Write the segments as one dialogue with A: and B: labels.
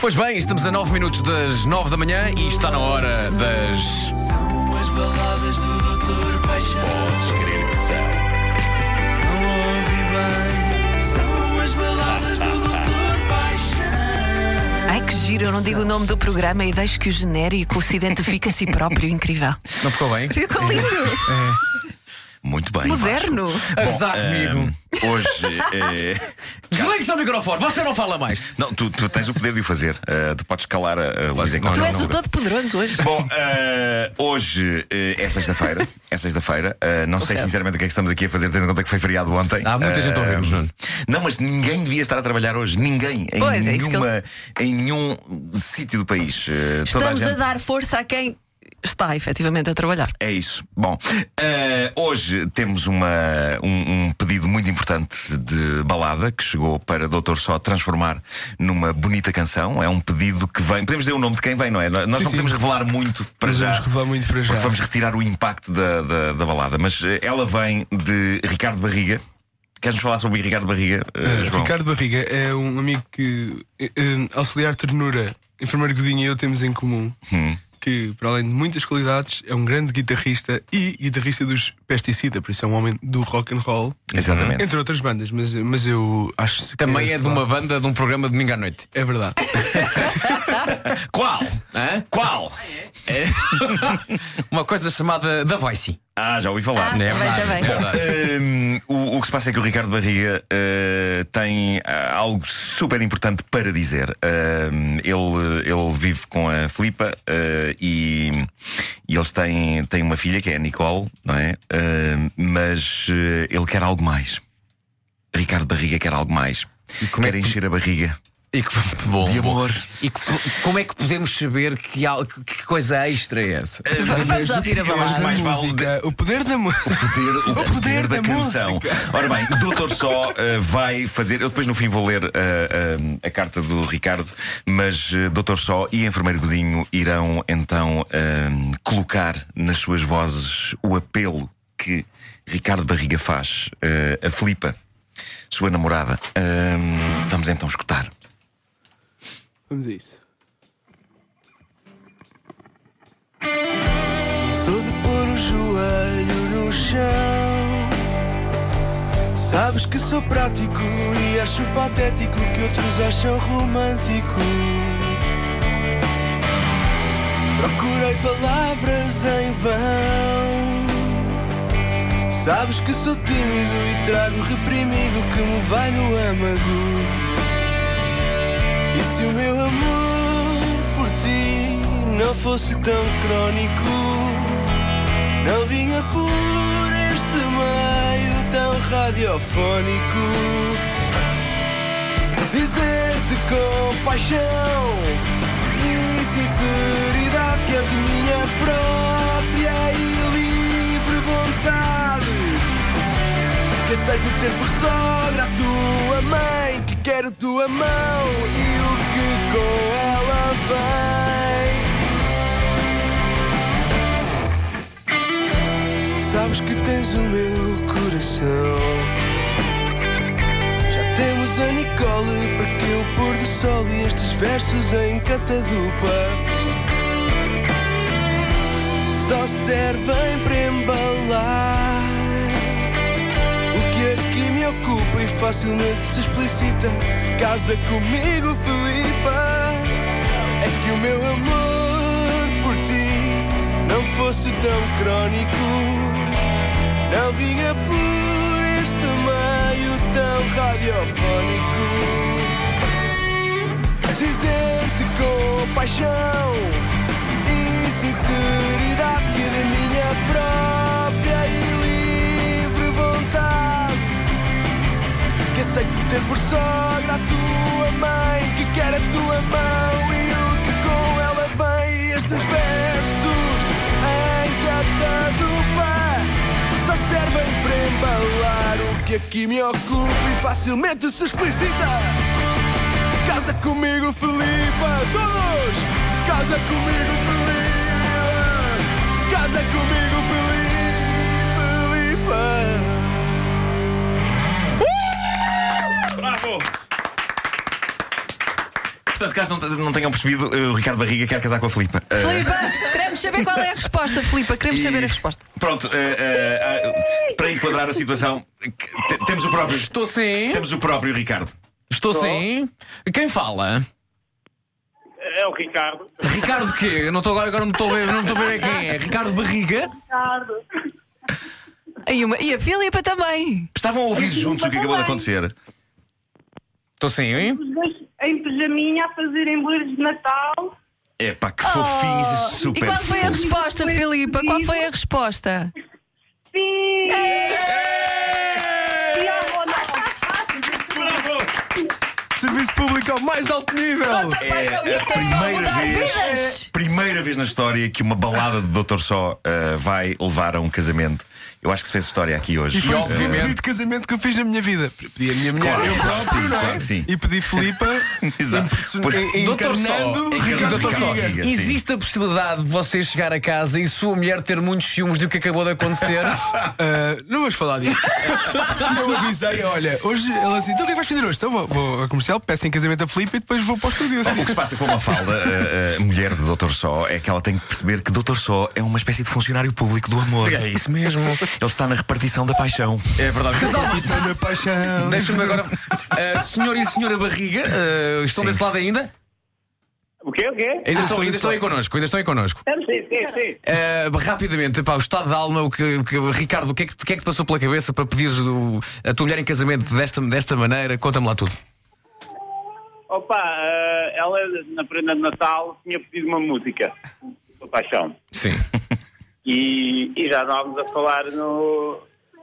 A: Pois bem, estamos a 9 minutos das 9 da manhã e está na hora das.
B: São as baladas do Doutor Paixão. Podes crer que são. Não ouvi bem. São as baladas do Doutor Paixão.
C: Ai que giro, eu não digo o nome do programa e deixo que o genérico se identifique a si próprio, incrível.
A: Não ficou bem?
C: Ficou lindo,
D: Muito bem. Vasco.
C: moderno.
A: A gozar comigo.
D: Ahm, hoje. eh,
A: Desligue-se o microfone, você não fala mais.
D: não, tu, tu tens o poder de o fazer. Ah, tu podes calar a, a Luís
A: não,
C: Tu
D: Encarnação.
C: és o todo poderoso hoje.
D: Bom, eh, hoje eh, é sexta-feira. É sexta-feira. Ah, não sei sinceramente o que é que estamos aqui a fazer, tendo em conta que foi feriado ontem.
A: Há muita gente a ouvir-nos,
D: Ah,
A: Nuno.
D: Não, mas ninguém devia estar a trabalhar hoje. Ninguém. Em,
C: Pois, é isso que eu-
D: nenhuma, em nenhum sítio do país. Ah, toda
C: Estamos a
D: gente-
C: dar força a quem está efetivamente a trabalhar.
D: É isso. Bom, eh, hoje temos uma, um, um pedido muito importante de balada que chegou para Doutor Só transformar numa bonita canção. É um pedido que vem. Podemos dizer o nome de quem vem, não é? Nós não
E: sim.
D: podemos revelar muito para
E: Mas
D: já.
E: vamos revelar muito para já.
D: Porque vamos retirar o impacto da, da, da balada. Mas eh, ela vem de Ricardo Barriga. Queres-nos falar sobre Ricardo Barriga, eh,
E: Eh,
D: João?
E: Ricardo Barriga é um amigo que eh, eh, auxiliar ternura, enfermeiro Godinho e eu temos em comum.
D: Hum.
E: Que, para além de muitas qualidades, é um grande guitarrista e guitarrista dos Pesticida, por isso é um homem do rock and roll,
D: Exatamente.
E: entre outras bandas, mas, mas eu acho que
A: Também é
E: sei
A: de uma
E: lá,
A: banda de um programa de domingo à noite.
E: É verdade.
D: Qual?
A: Hã? É.
D: Qual?
A: Uma coisa chamada Da Voice. É
D: Ah, já ouvi falar.
C: Ah, também, também.
D: Hum, o, o que se passa é que o Ricardo Barriga eh, tem ah, algo super importante para dizer. Hum, ele, ele vive com a Filipa eh, e, e eles têm, têm uma filha que é a Nicole, não é? Hum, mas eh, ele quer algo mais. Ricardo Barriga quer algo mais.
A: como é
D: Quer encher a barriga
A: E que bom.
D: de
A: bom.
D: amor.
A: E que- como é que podemos saber que, há- que coisa extra é essa?
D: Ah,
C: Vamos ouvir a
D: acho que
C: balada.
D: mais vale-
E: Música, O poder da música.
D: poder- o poder,
E: poder
D: da,
E: da
D: canção. Ora bem, o Doutor Só eh, vai fazer. Eu depois no fim vou ler eh, eh, a carta do Ricardo, mas eh, Doutor Só e Enfermeiro Godinho irão então eh, colocar nas suas vozes o apelo que Ricardo Barriga faz eh, a Filipa, sua namorada. Eh, vamos então escutar.
E: Vamos a isso.
B: Sou de pôr o joelho no chão. Sabes que sou prático e acho patético que outros acham romântico. Procurei palavras em vão. Sabes que sou tímido e trago reprimido que me vai no âmago. E se o meu amor por ti não fosse tão crónico, não vinha por este meio tão radiofónico. Dizer-te com paixão e sinceridade que é de minha própria e livre vontade. Que aceito ter por sogra a tua mãe Que quero tua mão e o que com ela vem Sabes que tens o meu coração Já temos a Nicole Para que o pôr do sol e estes versos em catadupa Só servem para embalar o que aqui me ocupa e facilmente se explicita Casa comigo, Filipa É que o meu amor por ti Não fosse tão crónico Não vinha por este meio tão radiofónico dizer-te com paixão e sinceridade que da minha própria e livre vontade que aceito ter por sogra a tua mãe que quer a tua mão e o que com ela vem estes versos em cada dupla só servem para embalar o que aqui me ocupa e facilmente se explicita Casa comigo, Filipa, todos! Casa comigo, Filipa! Casa comigo, Filipa!
D: Bravo! Portanto, caso não, te- não tenham percebido, eh, o Ricardo Barriga quer casar com a Filipa. Eh,
F: Filipa, queremos saber qual é a resposta, Filipa. Queremos
D: e-
F: saber a resposta.
D: Pronto, eh, eh, ah, para enquadrar a situação, que- te- temos o próprio.
A: Estou sim.
D: Temos o próprio Ricardo.
A: Estou sim. Quem fala?
G: É o Ricardo.
A: Ricardo quê? Eu não estou agora, agora não estou a ver, não estou a ver quem é. Ricardo Barriga?
F: E, uma- e a Filipa também.
D: Estavam a ouvir juntos o que acabou de acontecer.
A: Estou sim, hein?
H: Os dois em pijaminha a fazerem bolos de Natal.
D: É pá, que fofinhos, é super.
F: Oh, E qual foi a
D: fofo.
F: resposta, Filipa? Qual foi a resposta?
H: Sim! E a avó não.
E: Serviço público ao mais alto nível!
D: É a primeira vez, primeira vez na história que uma balada de Doutor Só eh, vai levar a um casamento. Eu acho que se fez história aqui hoje.
E: E foi
D: Eh,
E: o segundo
A: obviamente-
E: pedido de casamento que eu fiz na minha vida. Pedi a minha mulher,
D: Claro,
E: eu
D: claro que
E: próprio,
D: sim,
E: não é?
D: claro que sim.
E: E pedi Filipa,
D: Exato.
E: impression-
D: Pois-
E: en-
A: Doutor
E: encarnando
A: Só,
E: Ricardo
A: Doutor Só,
E: Barriga.
D: Barriga, sim.
A: existe a possibilidade de você chegar a casa e sua mulher ter muitos ciúmes do que acabou de acontecer?
E: Ah, não vamos falar disso. eu avisei, olha, hoje ela assim, então o que é que vais fazer hoje? Então vou, vou ao comercial, peço em casamento a Filipe e depois vou para o estúdio.
D: O que se
E: Assim.
D: passa com a Mafalda, a, a mulher de Doutor Só, é que ela tem que perceber que Doutor Só é uma espécie de funcionário público do amor.
A: É isso mesmo.
D: Ele está na repartição da paixão.
A: É verdade. Casal,
E: Na paixão.
A: deixa-me agora. Ah, senhor e senhora Barriga, ah, estão
D: Sim.
A: desse lado ainda?
G: O quê? O quê?
A: Ainda estão, ainda estão aí connosco, ainda estão aí connosco.
G: Sim, sim, sim.
A: Ah, rapidamente, pá, o estado da alma, o que, o que- Ricardo, o que, é que, o que é que te passou pela cabeça para pedires do- a tua mulher em casamento desta, desta maneira? Conta-me lá tudo.
G: Opa, eh, ela na prenda de Natal tinha pedido uma música. Sua paixão.
A: Sim.
G: E, e já andávamos a falar no,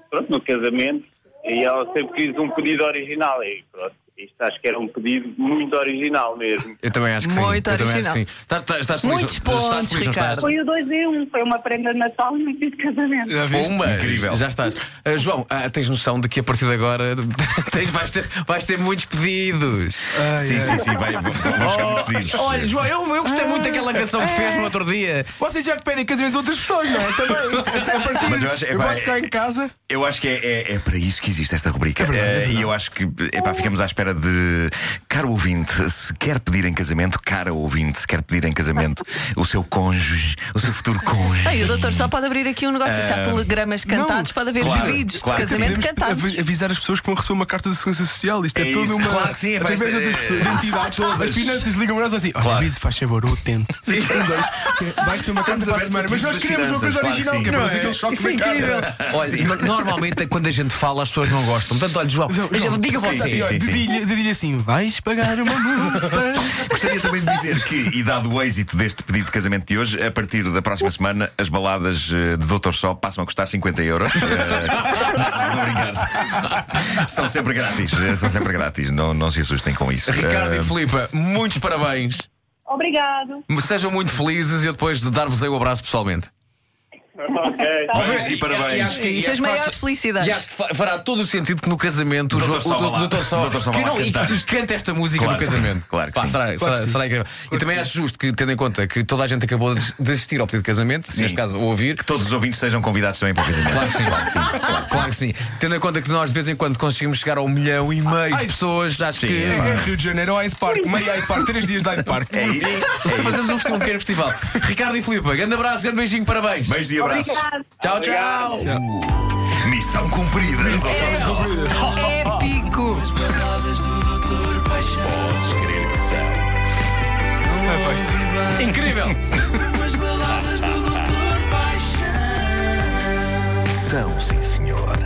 G: pronto, no casamento. E ela sempre quis um pedido original. E pronto, isto acho que era um pedido muito original mesmo.
A: Eu também acho que sim.
F: Muito
A: eu também acho
F: original.
A: que sim. Estás, estás, estás feliz,
F: Muitos
A: estás
F: pontos,
A: feliz, não estás?
F: Ricardo.
H: Foi o 2 em 1, um. foi uma prenda de Natal e um pedido de casamento.
E: Já viste?
A: Uma,
D: Incrível.
A: já estás. Ah, João, ah, tens noção de que a partir de agora tens, vais, ter, vais ter muitos pedidos.
E: Ai,
D: sim,
E: ai. Oh,
D: sim, sim, vai, vão vão chegar muitos pedidos.
A: Olha, João, eu, eu gostei muito daquela canção que fez no outro dia.
E: Vocês já que pedem casamento de outras pessoas, não é? Também. A partir,
D: Mas eu acho- é
E: eu
D: pá,
E: posso ficar
D: é-
E: em casa.
D: Eu acho que é, é- é para isso que existe esta
E: É
D: rubrica. Eh, E eu acho que epá, ficamos à espera de. Caro ouvinte, se quer pedir em casamento, cara ouvinte, se quer pedir em casamento o seu cônjuge, o seu futuro cônjuge.
F: Ei, o doutor só pode abrir aqui um negócio se há telegramas cantados, pode haver
D: É. claro,
F: pedidos
D: claro que
F: de casamento
E: Podemos
F: cantados.
E: avi- avisar as pessoas que vão receber uma carta de segurança social. Isto é,
D: É
E: toda
D: isso.
E: uma.
D: Claro que sim, é pá,
E: Através de
D: isto é-
E: outras pessoas. Identidades,
D: Todas.
E: As finanças ligam para nós assim. Olha,
D: Claro.
E: avise, faz favor, eu tento. Um, dois, que vai ser uma carta
D: Estamos
E: para a
D: abertos
E: semana.
D: a
E: Mas nós
D: pedidos das
E: queremos uma coisa
D: finanças, claro
E: original,
D: que sim.
E: que é para
D: Não
E: fazer aquele choque
A: Isso é
E: da
A: incrível.
E: carta.
A: Olha, no- normalmente é quando a gente fala as pessoas não gostam. Portanto, olha, João,
E: João, João,
A: diga
E: sim,
A: você.
E: assim, ó,
D: sim, sim.
E: Dedilha dedilha assim, vais pagar uma multa.
D: Gostaria também de dizer que, e dado o êxito deste pedido de casamento de hoje, a partir da próxima semana as baladas eh, de Doutor Só passam a custar 50 euros. Eh, não, não brincar. São sempre grátis. eh, São sempre grátis. Não, não se assustem com isso.
A: Ricardo
D: Eh,
A: e Filipa, muitos parabéns.
H: Obrigado.
A: Sejam muito felizes e eu depois de dar-vos aí o abraço pessoalmente.
G: Ok.
D: Parabéns e parabéns.
A: acho que-
F: é
A: é
F: E isso
A: acho
F: as
A: que
F: maiores
A: faz-
F: felicidades.
A: E acho que fa- fará todo o sentido que no casamento o
D: Doutor
A: João-
D: Só vai
A: o
D: lá.
A: doutor só,
D: Doutor Só vai
A: que
D: lá
A: não, e,
D: cantar.
A: e canta esta música
D: Claro
A: no
D: que sim,
A: casamento.
D: claro que
A: Pá,
D: sim.
A: será, será-
E: que sim.
A: será incrível. e também acho justo que, tendo em conta que toda a gente acabou de des- desistir ao pedido de casamento, se
D: Sim.
A: neste caso ouvir.
D: Que todos os ouvintes sejam convidados também para o casamento.
A: Claro que sim, claro que sim. Claro que sim. Tendo em conta que nós de vez em quando conseguimos chegar ao milhão e meio de
E: Ai.
A: pessoas, acho
D: Sim,
A: que.
D: é
E: É Rio de Janeiro, ao Hyde Park, meio Hyde Park, três dias de Hyde Park.
D: É isso. É isso.
A: Fazemos um, festival, um pequeno festival. Ricardo e Filipe, grande abraço, grande beijinho, parabéns.
D: Beijos e abraços.
H: Obrigado.
A: Tchau, tchau.
D: Missão cumprida.
F: Épico!
D: Podes crer que são.
A: Incrível.
D: São, sim, senhor.